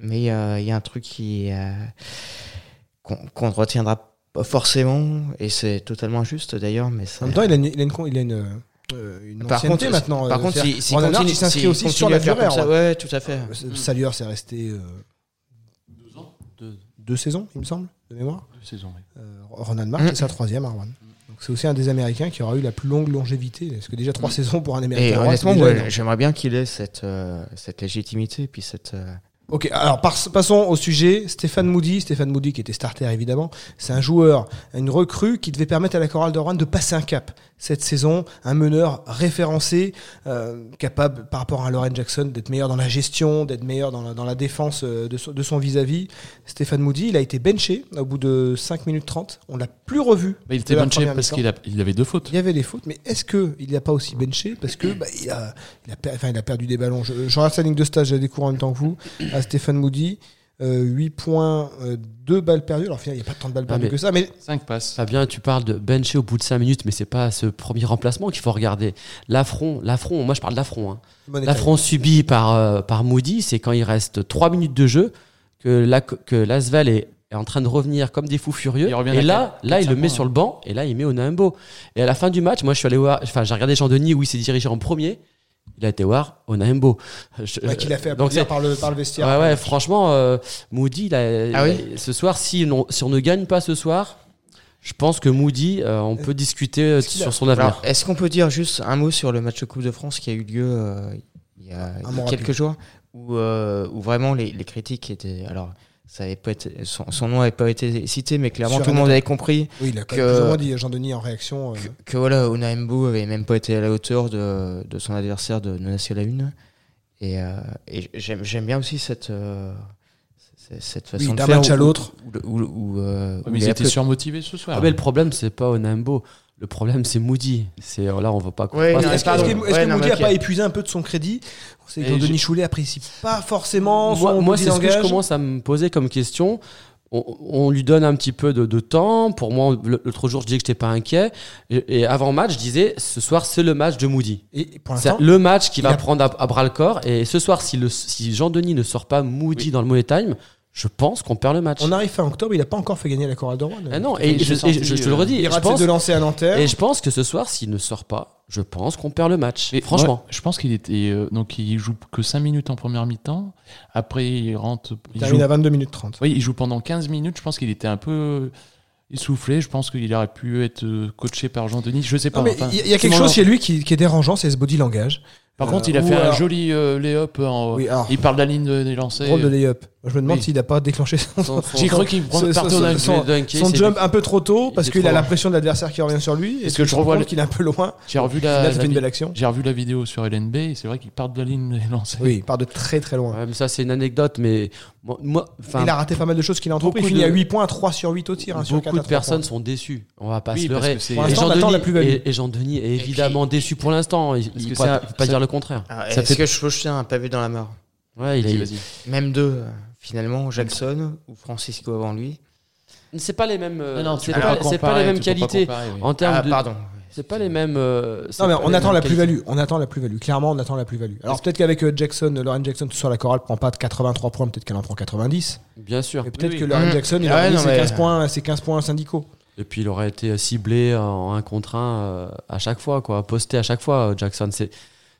S4: mais euh, il y a un truc qui euh, qu'on qu'on ne retiendra pas forcément et c'est totalement injuste d'ailleurs. Mais c'est-
S2: En même temps, il a une, il a une, con- il a une, euh, une
S4: par
S2: ancienneté
S4: contre
S2: maintenant.
S4: Par
S2: euh,
S4: contre,
S2: c'est-à-dire,
S4: si, si
S2: Ronald March,
S4: continue-
S2: il s'inscrit
S4: si
S2: aussi
S4: continue
S2: sur
S4: à
S2: la
S4: faire
S2: durée.
S4: comme ça,
S2: alors.
S4: ouais, ouais, tout à fait.
S2: Euh, Salueur, c'est resté euh,
S3: Deux,
S2: deux saisons, il me semble, de mémoire.
S3: deux saisons. oui.
S2: Euh, Ronald March
S4: Mm.
S2: c'est sa troisième à Rouen. Donc c'est aussi un des Américains qui aura eu la plus longue longévité. Parce que déjà
S3: Mm.
S2: trois saisons pour un Américain.
S4: Et
S2: à Rouen,
S4: honnêtement,
S2: c'est déjà
S4: ouais,
S2: énorme.
S4: j'aimerais bien qu'il ait cette euh, cette légitimité et puis cette euh,
S2: Ok, alors pars- passons au sujet. Stéphane Moody, Stéphane Moody qui était starter évidemment, c'est un joueur, une recrue qui devait permettre à la chorale de Rouen de passer un cap cette saison. Un meneur référencé, euh, capable par rapport à Lauren Jackson d'être meilleur dans la gestion, d'être meilleur dans la, dans la défense euh, de, son- de son vis-à-vis. Stéphane Moody, il a été benché au bout de 5 minutes 30. On l'a plus revu
S3: Bah, il
S2: de
S3: était
S2: la
S3: benché
S2: première
S3: parce
S2: mi-temps.
S3: qu'il a- il avait deux fautes.
S2: Il y avait des fautes, mais est-ce qu'il n'y a pas aussi benché Parce que bah, il, a, il, a per- enfin, il a perdu des ballons. Je, je regarde sa ligne de stage, je la découvre en même temps que vous, à Stéphane Moody. euh, 8 points, 2 balles perdues. Alors, au final, il n'y a pas tant de balles perdues
S5: Ah, mais-
S2: que ça, mais
S3: Cinq passes.
S5: Fabien, tu parles de bencher au bout de 5 minutes, mais c'est pas ce premier remplacement qu'il faut regarder. L'affront, l'affront, moi je parle d'affront. Hein.
S2: monétaire.
S5: L'affront subi par, euh, par Moody, c'est quand il reste 3 minutes de jeu que, la, que Lasvel est, est en train de revenir comme des fous furieux.
S3: Il revient
S5: Et
S3: à
S5: là,
S3: quatre-
S5: là, il
S3: quatre
S5: le met
S3: points.
S5: sur le banc et là, il met au Naimbo. Et à la fin du match, moi, je suis allé voir, enfin, j'ai regardé Jean-Denis où il s'est dirigé en premier. Il a été voir au Naimbo. Je-
S2: Ouais, bah, qu'il a fait
S5: donc
S2: applaudir
S5: c'est-
S2: par le, par le vestiaire.
S5: Ouais, ouais, franchement, euh, Moody, là,
S4: Ah
S5: euh, ce soir, si on, si on ne gagne pas ce soir, je pense que Moody, euh, on peut discuter euh,
S2: est-ce qu'il a-
S5: sur son avenir.
S4: Alors, est-ce qu'on peut dire juste un mot sur le match de Coupe de France qui a eu lieu euh, il y a
S2: Un mois
S4: quelques
S2: rapide.
S4: jours où, euh, où vraiment les, les critiques étaient. Alors, ça avait pas été, son, son nom n'avait pas été cité, mais clairement
S2: Sur
S4: tout le
S2: un
S4: monde avait compris
S2: Oui, il a quand
S4: que-
S2: même plus ou moins dit hein, Jean-Denis en réaction. euh,
S4: que, que voilà, Onaembo avait même pas été à la hauteur de, de son adversaire de, de National 1. Et, euh, et j'aime, j'aime bien aussi cette, euh, cette, cette façon
S2: oui,
S4: de
S2: d'un
S4: faire.
S2: match à
S4: où-
S2: l'autre.
S4: où le- où le- où, euh,
S3: Ouais,
S4: où
S3: mais
S4: les
S3: ils étaient
S4: applaudissements-
S3: surmotivés ce soir.
S5: Ah, mais le problème, c'est pas Onambo. Le problème, c'est Moody. C'est oh là, on va pas.
S4: Ouais,
S5: pas-
S4: non,
S2: Est-ce que,
S4: pardon.
S2: est-ce que- est-ce
S4: Ouais,
S2: que
S4: non,
S2: Moody
S4: mais
S2: n'a
S4: ok.
S2: pas épuisé un peu de son crédit C'est que
S3: Et
S2: Jean-Denis
S3: j'ai-
S2: Choulet apprécie pas forcément son
S5: moi, moi,
S2: petit
S5: c'est ce que je
S2: langage.
S5: commence à me poser comme question. On, on lui donne un petit peu de, de temps. Pour moi, le- l'autre jour, je disais que j'étais pas inquiet. Et, et avant match, je disais ce soir, c'est le match de Moody.
S2: Et pour
S5: C'est
S2: l'instant,
S5: le match qui
S2: il
S5: va
S2: a-
S5: prendre à, bras le corps. Et ce soir, si, le- si Jean-Denis ne sort pas Moody
S3: Oui.
S5: dans le Money Time, je pense qu'on perd le match.
S2: On arrive fin octobre, il n'a pas encore fait gagner la Chorale de Rouen.
S5: Ah non, et,
S3: Il est
S5: je,
S3: sorti,
S5: et je- je te le
S3: euh,
S5: redis,
S2: il
S5: je
S2: rate
S5: pense,
S2: de lancer à Nanterre.
S5: et je pense que ce soir, s'il ne sort pas, je pense qu'on perd le match.
S3: Et
S5: Franchement.
S3: moi, je pense qu'il était. euh, donc, il joue que 5 minutes en première mi-temps. Après, il rentre.
S2: Il
S3: Il
S2: termine
S3: joue,
S2: à 22 minutes 30.
S3: oui, il joue pendant 15 minutes. Je pense qu'il était un peu essoufflé. Je pense qu'il aurait pu être euh, coaché par Jean-Denis. Je sais pas.
S2: Non, mais
S3: enfin,
S2: il y a- il y a quelque
S3: sinon,
S2: chose chez lui qui, qui est dérangeant, c'est ce body langage.
S3: Par
S2: Euh,
S3: contre, il a
S2: ou
S3: fait un
S2: alors-
S3: joli euh, lay-up. en-
S2: Oui, alors-
S3: il parle de la ligne de- des lancers.
S2: Drôle de lay-up. Moi, Je me demande
S3: Oui.
S2: s'il n'a pas déclenché son,
S5: Son-
S2: son-
S5: son-
S3: J'ai cru qu'il
S2: son-
S3: partait
S2: son-
S3: au
S2: son-
S5: Il est dunké,
S2: son
S5: c'est-
S2: jump un peu trop tôt parce
S5: était
S2: qu'il
S5: trop
S2: a la
S5: loin.
S2: pression de l'adversaire qui revient sur lui. Et
S3: Parce
S2: puis,
S3: que je
S2: il se rend
S3: revois
S2: compte
S3: le-
S2: qu'il est un peu loin.
S3: J'ai revu
S2: Là,
S3: la,
S2: ça
S3: la
S2: fait une
S3: vid-
S2: belle action.
S3: j'ai revu la vidéo sur LNB. et C'est vrai qu'il part de la ligne des lancers.
S2: Oui, il part de très très loin.
S5: Ouais, mais ça, c'est une anecdote, mais moi, moi, enfin,
S2: il a raté pas mal de choses qu'il a entrepris. Il
S5: beaucoup
S2: finit à
S5: de-
S2: 8 points, 3 sur 8 au tir. hein, sur
S5: beaucoup
S2: quatre à
S5: de
S2: trois
S5: personnes
S2: points.
S5: sont déçues. On va pas
S3: Oui,
S5: se
S3: parce
S5: leurrer.
S3: que c'est-
S2: Pour
S5: Et
S2: l'instant, on attend la
S5: Jean-Denis
S2: plus-value.
S5: et- et Jean-Denis est évidemment déçu pour l'instant. Il
S3: puis,
S5: ne pourrait
S3: ça-
S5: pas
S3: ça-
S5: dire le contraire.
S4: Ah,
S3: Ça
S4: Est-ce
S3: fait-
S4: que je tiens un pavé dans la mort
S5: Ouais, il a-
S3: Vas-y, vas-y.
S4: Même deux, euh, finalement, Jackson ou Francisco avant lui.
S5: C'est pas les mêmes. euh,
S3: Non, non, tu
S5: c'est
S3: peux
S5: pas, c'est pas
S3: comparer,
S5: les mêmes
S3: tu peux pas
S5: qualités.
S3: comparer, oui.
S5: En termes
S4: ah,
S5: de,
S4: pardon.
S5: c'est pas les mêmes. euh, c'est
S2: Non, mais
S5: pas
S2: on
S5: les
S2: attend
S5: mêmes
S2: la
S5: qualités.
S2: plus-value. On attend la plus-value. Clairement, on attend la plus-value. Alors peut-être qu'avec euh, Jackson, euh, Lauren Jackson, ce soir, la chorale prend pas de 83 points, peut-être qu'elle en prend 90.
S5: Bien sûr.
S2: Mais peut-être
S3: oui.
S2: que Lauren
S4: Mmh.
S2: Jackson, il
S4: Ah
S2: aurait
S4: ouais,
S2: mis
S4: non,
S2: ses
S4: mais-
S2: 15 points, ses 15 points syndicaux.
S5: Et puis il aurait été ciblé en un contre un euh, à chaque fois, quoi, posté à chaque fois. euh, Jackson, c'est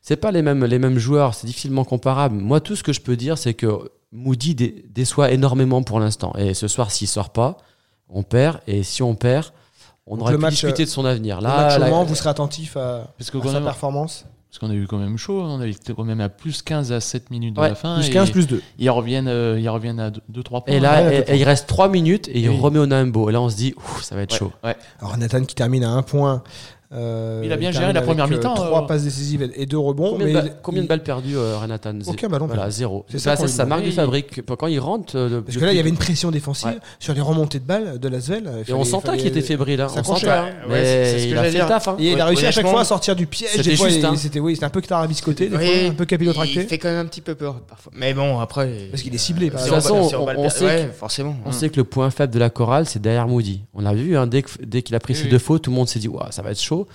S5: c'est pas les mêmes les mêmes joueurs, c'est difficilement comparable. Moi, tout ce que je peux dire, c'est que Moody dé- déçoit énormément pour l'instant. Et ce soir, s'il sort pas, on perd. Et si on perd, on
S2: Donc,
S5: aurait
S2: le
S5: pu
S2: match,
S5: discuter de son avenir.
S2: Là,
S5: Là, la-
S2: vous serez attentif à,
S3: Parce que
S2: à
S3: quand
S2: sa
S3: même-
S2: performance.
S3: Parce qu'on a eu quand même chaud, on a eu quand même à plus 15 à 7 minutes de
S5: Ouais,
S3: la fin.
S2: Plus
S3: et
S2: 15, plus 2.
S3: Ils reviennent, euh, ils reviennent à 2-3 points.
S5: et là,
S2: Ouais,
S5: et- et il reste trois minutes et il
S3: Oui.
S5: remet au Nambo. Et là, on se dit, Ouh, ça va être
S3: Ouais,
S5: chaud.
S3: ouais.
S2: Alors Nathan qui termine à un point. euh,
S3: Il a bien géré
S2: termine
S3: la
S2: avec,
S3: première
S2: euh,
S3: mi-temps,
S2: Trois
S3: euh.
S2: passes décisives et- et deux rebonds.
S5: Combien,
S2: mais
S5: de, ba-
S2: il-
S5: combien de
S2: il-
S5: balles perdues, euh, Renatan Zé-
S2: Aucun ballon
S5: Voilà,
S2: perdu.
S5: zéro.
S2: C'est
S5: C'est
S2: ça
S5: ça,
S2: qu'on
S5: c'est
S2: lui
S5: sa marque
S3: demande.
S5: de fabrique. Quand il rentre, euh, le-
S2: Parce que là, il y avait
S5: depuis-
S2: une pression défensive
S5: Ouais.
S2: sur les remontées de balles de Lasvel. Il
S5: Et on
S2: fallait-
S5: sentait
S2: fallait-
S5: qu'il était fébrile. hein.
S2: ça
S5: On
S2: accrochait.
S5: sentait. hein.
S4: Ouais,
S5: Mais
S4: c'est- c'est ce que
S5: il a
S4: j'allais
S5: fait le
S4: dire.
S5: taf. hein.
S2: Et il a
S4: Ouais,
S2: réussi à chaque
S4: honnêtement,
S2: fois à sortir du piège.
S5: c'était
S2: Des fois,
S5: juste,
S2: il-
S5: hein.
S2: C'était oui, c'était un peu tarabiscoté, des
S4: Oui,
S2: fois, un peu
S4: Il
S2: capillotracté.
S4: fait quand même un petit peu peur parfois. Mais bon, après. euh,
S2: Parce qu'il est ciblé, par
S4: si
S2: exemple.
S4: on-
S5: De toute façon,
S4: si on va le
S5: on- on
S4: perdre-
S5: sait
S4: ouais, forcément. hein.
S5: On sait que le point faible de la chorale, c'est derrière Moody. On l'a vu, hein, dès que- dès qu'il a pris
S3: Oui,
S5: ses
S3: oui.
S5: deux fautes, tout le monde s'est dit Ouah, ça va être chaud.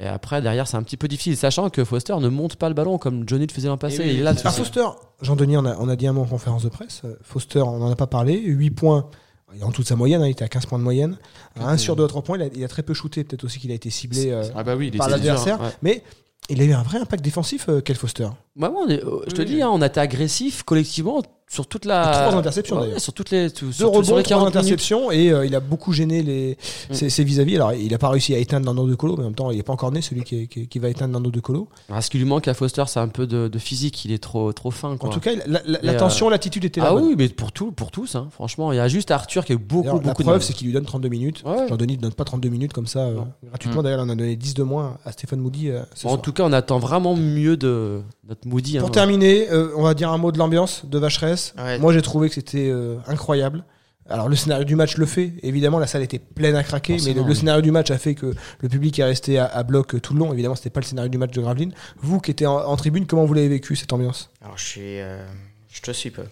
S5: Et après, derrière, c'est un petit peu difficile, sachant que Foster ne monte pas le ballon comme Johnny le faisait l'an passé.
S3: oui,
S5: Il est là, le
S2: Par
S5: souci.
S2: Ah, Foster, Jean-Denis, on a, on a dit un mot en conférence de presse. Euh, Foster, on n'en a pas parlé. 8 points. Il est en toute sa moyenne, hein, il était à 15 points de moyenne. À 1 sur 2 à 3 points, il a, il a très peu shooté. Peut-être aussi qu'il a été ciblé euh,
S3: Ah bah oui, il est
S2: par
S5: c'est dur,
S2: l'adversaire.
S5: ouais.
S2: Mais il a eu un vrai impact défensif, euh, Kyle Foster.
S5: Ouais, ouais, on est- euh, je te
S3: Oui.
S5: dis, hein, on a été agressif collectivement sur toute la.
S2: Et trois interceptions,
S5: Ouais,
S2: d'ailleurs.
S5: Euh, Sur toutes les. tout-
S2: Deux
S5: sur, tout- sur
S2: rebonds,
S5: les
S2: trois
S5: 40 minutes.
S2: interceptions et euh, il a beaucoup gêné les,
S5: Mm.
S2: ses, ses vis-à-vis. Alors il n'a pas réussi à éteindre Nando de Colo, mais en même temps il n'est pas encore né celui qui, est- qui- qui va éteindre Nando de Colo.
S5: Alors, Ah, ce qui lui manque à Foster, c'est un peu de, de physique. Il est trop, trop fin.
S2: En
S5: quoi.
S2: tout cas, il- la- la-
S5: Et, euh,
S2: l'attention, l'attitude était là.
S5: ah oui, mais pour, tout, pour tous, hein, franchement. Il y a juste Arthur qui a eu beaucoup,
S2: D'ailleurs,
S5: beaucoup
S2: La
S5: de
S2: preuve,
S5: mal.
S2: c'est qu'il lui donne 32 minutes.
S5: Ouais.
S2: Jean-Denis ne donne pas 32 minutes comme ça euh,
S5: Non.
S2: gratuitement.
S3: Mm.
S2: D'ailleurs, on a donné 10 de moins à Stéphane Moody. euh, ce
S5: Bon, en
S2: soir.
S5: tout cas, on attend vraiment mieux de notre Moody. hein.
S2: Pour terminer, euh, on va dire un mot de l'ambiance de Vacheresse.
S4: Ouais.
S2: Moi, j'ai trouvé que c'était euh, incroyable. Alors, le scénario du match le fait. Évidemment, la salle était pleine à craquer, mais le,
S3: Forcément,
S2: le
S3: oui.
S2: scénario du match a fait que le public est resté à, à bloc euh, tout le long. Évidemment, c'était pas le scénario du match de Gravelines. Vous qui étiez en, en tribune, comment vous l'avez vécu cette ambiance
S4: Alors, je suis. euh, je te suis peu.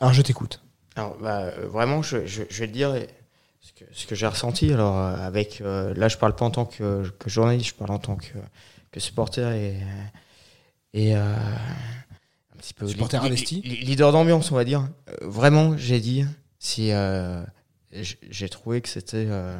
S2: Alors, je t'écoute.
S4: Alors, bah, euh, vraiment, je, je- je vais te dire ce que, ce que j'ai ressenti. Alors, euh, avec, euh, là, je parle pas en tant que, que journaliste, je parle en tant que, que supporter et, euh, et euh, un petit peu
S2: Supporter
S4: li- li-
S2: investi.
S4: li- leader d'ambiance, on va dire. Euh, vraiment, j'ai dit si euh, j- j'ai trouvé que c'était euh,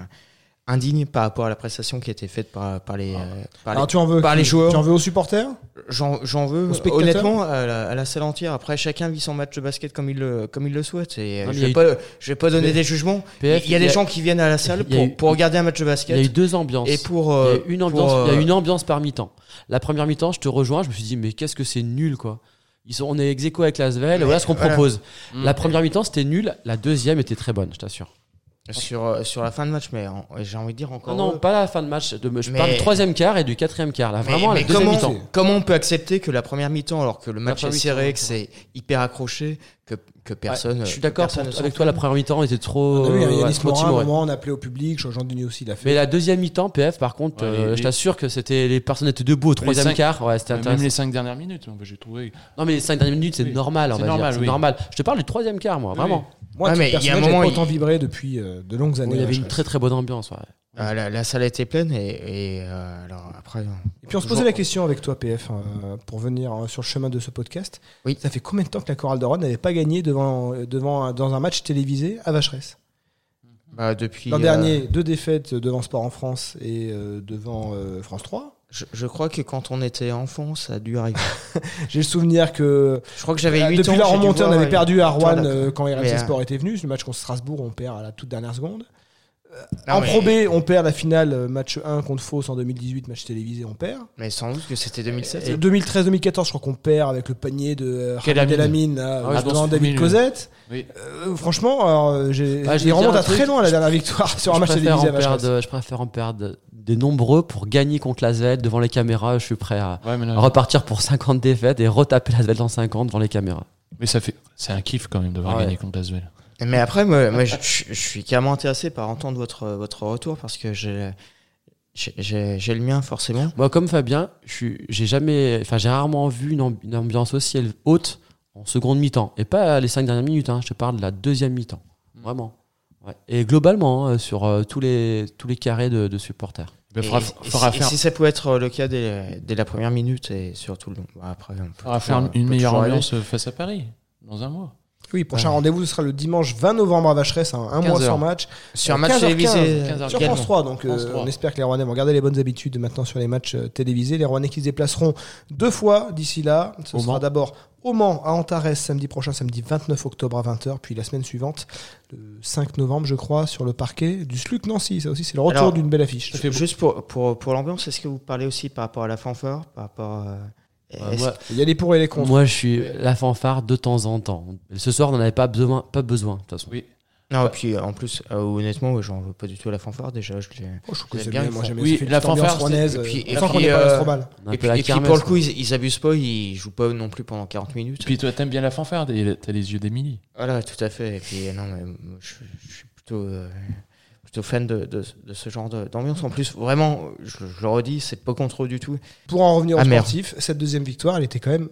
S4: indigne par rapport à la prestation qui était faite par, par les, euh, par les-
S2: Ah. Alors, tu en veux
S4: par
S2: qui-
S4: les joueurs.
S2: Tu en veux aux supporters
S4: J'en j'en veux,
S2: Aux spectateurs
S4: honnêtement, à la, à la salle entière. Après, chacun vit son match de basket comme il le, comme il le souhaite. Et euh,
S5: Non, mais
S4: je
S5: il y a
S4: vais
S5: eu-
S4: pas, je vais pas donner
S5: Mais-
S4: des jugements.
S5: PF,
S4: il y a des gens qui viennent à la salle
S5: il y a
S4: pour,
S5: eu-
S4: pour regarder un match de
S5: Il y a eu
S4: basket.
S5: deux ambiances.
S4: Et pour.
S5: il, y a
S4: euh,
S5: eu une
S4: pour,
S5: ambiance il y a
S4: euh,
S5: une ambiance par mi-temps. La première mi-temps, je te rejoins, je me suis dit, mais qu'est-ce que c'est nul, quoi. Ils sont, on est ex aequo avec Lasvel, voilà ce qu'on
S4: Voilà.
S5: propose.
S3: Mm.
S5: La première mi-temps, c'était nul, la deuxième était très bonne, je t'assure.
S4: Sur, euh, sur la fin de match, mais en- j'ai envie de dire encore.
S5: Non, non,
S4: heureux.
S5: pas la fin de match. de- je
S4: Mais-
S5: parle du troisième quart et du quatrième quart, là.
S4: Mais-
S5: Vraiment,
S4: mais
S5: la deuxième
S4: comment,
S5: mi-temps.
S4: comment on peut accepter que la première mi-temps, alors que le match est
S5: première
S4: serré,
S5: mi-temps,
S4: que c'est hyper accroché, que, que personne.
S5: Ouais, je suis d'accord
S4: personne ne
S5: pour- avec
S4: s'en
S5: toi, la
S4: fout.
S5: première mi-temps était
S2: On
S5: trop.
S2: a vu, hein,
S5: euh,
S2: Yanis
S5: ouais, trop
S2: Morin, à un
S5: timoré.
S2: moment, on appelait au public. Jean-Denis aussi l'a fait.
S5: Mais la deuxième mi-temps, PF, par contre,
S3: Ouais, les-
S5: euh,
S3: les-
S5: je t'assure que c'était les personnes étaient debout au troisième
S3: cinq-
S5: quart. Ouais, c'était
S3: Même
S5: intéressant.
S3: les 5 dernières minutes, bah, j'ai trouvé.
S5: Non, mais les cinq dernières minutes, c'est
S3: Oui.
S5: normal, on
S3: C'est
S5: va dire.
S3: normal,
S5: C'est
S3: oui.
S5: normal. Je te parle du troisième quart, moi,
S3: Oui,
S5: vraiment.
S2: Moi,
S4: Ouais,
S2: mais
S4: mais il y a un
S2: personnellement, j'ai
S4: moment,
S2: pas
S4: il-
S2: autant vibré depuis euh, de longues années.
S5: il y avait
S2: à
S5: une
S2: Vacheresse.
S5: très très bonne ambiance. ouais.
S3: oui.
S4: Euh, la, la salle était pleine et, et, euh, alors après.
S2: Et puis on se posait la question avec toi, PF, euh, pour venir euh, sur le chemin de ce podcast.
S4: Oui.
S2: Ça fait combien de temps que la Chorale de Rome n'avait pas gagné devant, euh, devant, un- dans un match télévisé à Vacheresse
S4: Bah, depuis.
S2: L'an
S4: euh,
S2: dernier, deux défaites devant Sport en France et euh, devant euh, France 3.
S4: Je, je crois que quand on était enfant, ça a dû arriver.
S2: J'ai le souvenir que euh,
S4: Je crois que j'avais 8
S2: depuis
S4: ans.
S2: la
S4: j'ai dû
S2: remontée, on
S4: voir,
S2: avait
S4: euh,
S2: perdu à
S4: victoire
S2: Rouen
S4: de la-
S2: euh, quand RMC
S4: Mais, euh,
S2: Sport était venu. Le match contre Strasbourg, on perd à la toute dernière seconde.
S4: Non,
S2: en
S4: mais-
S2: Pro B, on perd la finale euh, match 1 contre Fausse en 2018, match télévisé, on perd.
S4: Mais sans doute que c'était 2007.
S2: 2013-2014, je crois qu'on perd avec le panier de euh,
S3: Quel
S2: Rafael
S3: Amine.
S2: Delamine là,
S3: Ah ouais,
S2: euh,
S3: je pense
S2: devant
S3: que
S2: David
S3: Amine,
S2: Cosette.
S3: oui.
S2: Euh, franchement, alors, euh, j'ai-
S5: Bah, je
S2: il
S5: vais
S2: remonte
S5: dire un
S2: à très
S5: truc.
S2: loin la dernière victoire sur un
S5: je
S2: match
S5: préfère, en
S2: télévisé à Vacheresse.
S5: perdre, je préfère en perdre des nombreux pour gagner contre l'Asvel devant les caméras. Je suis prêt à
S3: Ouais, mais, là-
S5: repartir pour 50 défaites et retaper l'Asvel dans 50 devant les caméras.
S3: mais ça fait, c'est un kiff quand même de voir
S5: Ouais.
S3: gagner contre Asvel.
S4: Mais après, moi, moi, je, je- je suis carrément intéressé par entendre votre, votre retour parce que j'ai j'ai- j'ai- j'ai le mien forcément.
S5: Moi, comme Fabien, je suis- j'ai jamais, enfin, j'ai rarement vu une, ambi- une ambiance aussi éle- haute en seconde mi-temps. Et pas les cinq dernières minutes, hein, je te parle de la deuxième mi-temps. Vraiment. Ouais. Et globalement, hein, sur euh, tous, les, tous les carrés de, de supporters.
S3: Il
S4: Et-
S3: faudra,
S4: et
S3: faudra
S4: si, et
S3: faire,
S4: si ça pouvait être le cas dès, dès la première minute et surtout le long. Bah, après, on peut
S3: faudra
S4: toujours-
S3: faire
S4: on peut
S3: une meilleure
S4: toujours
S3: ambiance face à Paris dans un mois.
S2: Oui, prochain rendez-vous, ce sera le dimanche 20 novembre à Vacheresse, hein, un mois
S3: 15 heures.
S2: sans match.
S4: aller. Sur un match
S2: 15h15,
S4: télévisé.
S3: 15h15.
S2: Sur
S4: également.
S2: France 3, donc euh,
S3: France 3.
S2: on espère que les Rouennais vont garder les bonnes habitudes maintenant sur les matchs euh, télévisés. Les Rouennais qui se déplaceront deux fois d'ici là. Ce
S3: Au
S2: sera
S3: Mans.
S2: d'abord au Mans, à Antares, samedi prochain, samedi 29 octobre à 20h, puis la semaine suivante, le 5 novembre, je crois, sur le parquet du SLUC Nancy. Ça aussi, c'est le retour
S4: Alors,
S2: d'une belle affiche.
S4: Ju- Juste pour, pour, pour l'ambiance, est-ce que vous parlez aussi par rapport à la fanfare Par rapport. euh,
S2: Bah,
S5: Ouais,
S4: est-ce
S5: moi,
S2: Il y a les pour et les contre.
S5: moi, je suis la fanfare de temps en temps. Ce soir, on n'en avait pas besoin, pas besoin de toute façon.
S3: Oui.
S4: Non,
S3: Bah.
S4: et Ah, puis en plus, euh, honnêtement, ouais, j'en veux pas du tout à la fanfare déjà. Je l'ai-
S2: Oh, je trouve que
S4: Vous
S2: c'est
S4: êtes
S2: bien,
S4: bien,
S2: moi
S4: ils
S2: j'aime
S3: font- oui, la fanfare, c'est-
S2: française.
S4: et puis- et
S2: tant qu'on
S4: puis,
S2: n'est pas à
S4: euh,
S2: l'Astrobal.
S5: On a un
S4: Et
S5: peu
S4: puis,
S5: la
S4: et puis,
S5: kermesse,
S4: pour le
S5: quoi.
S4: coup, ils, ils abusent pas, ils jouent pas non plus pendant 40 minutes.
S3: Puis toi, t'aimes bien la fanfare, t'es- t'as les yeux d'Emilie.
S4: Voilà, tout à fait. Et puis, euh, non, mais moi, je, je suis plutôt, euh, plutôt fan de, de- de ce genre de- d'ambiance. En plus, vraiment, je, je le redis, c'est pas contre eux du tout.
S2: Pour en revenir au
S4: Ah, merde.
S2: sportif, cette deuxième victoire, elle était quand même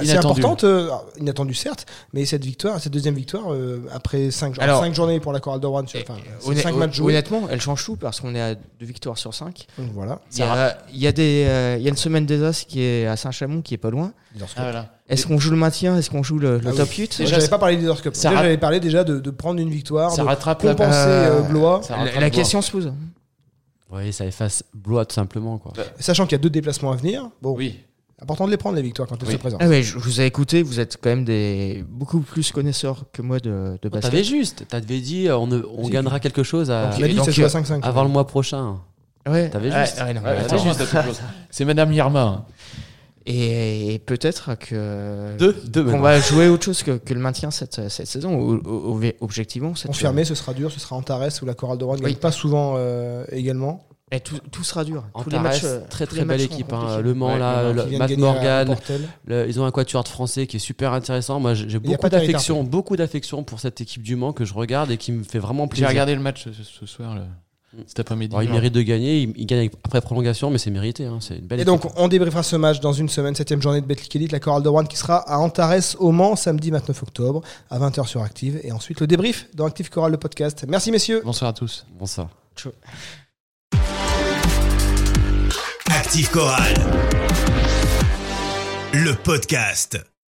S2: assez
S3: Inattendue.
S2: importante, euh, inattendue certes, mais cette victoire, cette deuxième victoire, euh, après 5
S4: Alors-
S2: journées pour la Chorale de Rouen, sur,
S4: Et-
S2: enfin,
S4: Honn-
S2: 5
S4: hon-
S2: matchs joués,
S4: honnêtement, elle change tout parce qu'on est à deux victoires sur cinq.
S2: donc voilà.
S4: Il y, a, il y a des, euh, il y a une semaine des As qui est à Saint-Chamond qui est pas loin.
S2: Leaders Cup.
S3: Ah, voilà.
S4: Est-ce qu'on joue le maintien Est-ce qu'on joue le, le
S2: Ah oui.
S4: top 8
S2: Moi, J'avais pas parlé des Leaders Cup.
S3: ça
S2: Déjà,
S3: ra-
S2: J'avais parlé déjà de, de prendre une victoire,
S3: Ça
S2: de
S3: rattrape la
S2: compenser
S4: euh,
S2: euh, Blois,
S3: ça rattrape
S4: La, la
S3: Blois.
S4: question se pose.
S5: Oui, ça efface Blois tout simplement. Quoi.
S2: sachant qu'il y a deux déplacements à venir. Bon,
S3: Oui.
S2: important de les prendre les victoires quand elles
S3: Oui.
S2: se présentent.
S4: Ah ouais, je je vous ai écouté, vous êtes quand même des beaucoup plus connaisseurs que moi de, de
S5: Oh,
S4: basket.
S5: T'avais juste, t'avais dit, euh, on, ne- on
S2: Si.
S5: gagnera quelque chose à-
S2: On a dit que
S4: donc,
S2: ça se joue à
S4: euh,
S2: 5-5.
S5: avant le mois prochain.
S4: Ouais.
S5: T'avais
S4: Ouais,
S5: juste.
S4: ouais, non,
S3: Ouais,
S4: mais
S3: attends,
S4: attends.
S3: t'as quelque chose. C'est Madame hein. Yerma.
S4: Et, et peut-être que
S5: Deux, deux
S4: qu'on
S5: maintenant.
S4: va jouer autre chose que, que le maintien cette, cette saison. ou- ou- ou- objectivement, cette
S2: Confirmé, ce sera dur, ce sera Antares où la Chorale de Rouen ne
S4: Oui.
S2: gagne pas souvent euh, également.
S4: Et tout, tout sera dur. tous les
S5: Antares,
S4: matchs, euh,
S5: très
S4: tous les
S5: très belle
S4: matchs seront
S5: équipe. hein.
S4: compliqués.
S5: Le Mans,
S3: Ouais,
S5: là,
S4: Euh,
S3: Le
S5: le-
S2: Qui vient de
S5: Matt
S2: gagner à
S5: Morgan,
S2: Portel.
S5: le- ils ont un quatuor de français qui est super intéressant. Moi, j'ai j'ai
S2: y a
S5: beaucoup
S2: pas de
S5: d'affection, beaucoup d'affection pour cette équipe du Mans que je regarde et qui me fait vraiment
S3: J'ai
S5: plaisir.
S3: regardé le match ce, ce soir, là. cet après-midi.
S5: Alors, ils
S3: Non.
S5: méritent de gagner, ils, ils gagnent avec- après prolongation, mais c'est mérité. hein. C'est une belle
S2: Et
S5: équipe.
S2: donc, on débriefera ce match dans une semaine, septième journée de Betclic Elite, la chorale de Rouen qui sera à Antares au Mans samedi 29 octobre à 20h sur Active. Et ensuite, le débrief dans Active Chorale, le podcast. Merci, messieurs.
S3: Bonsoir à tous.
S5: Bon, ça.
S1: Active Chorale. Le podcast.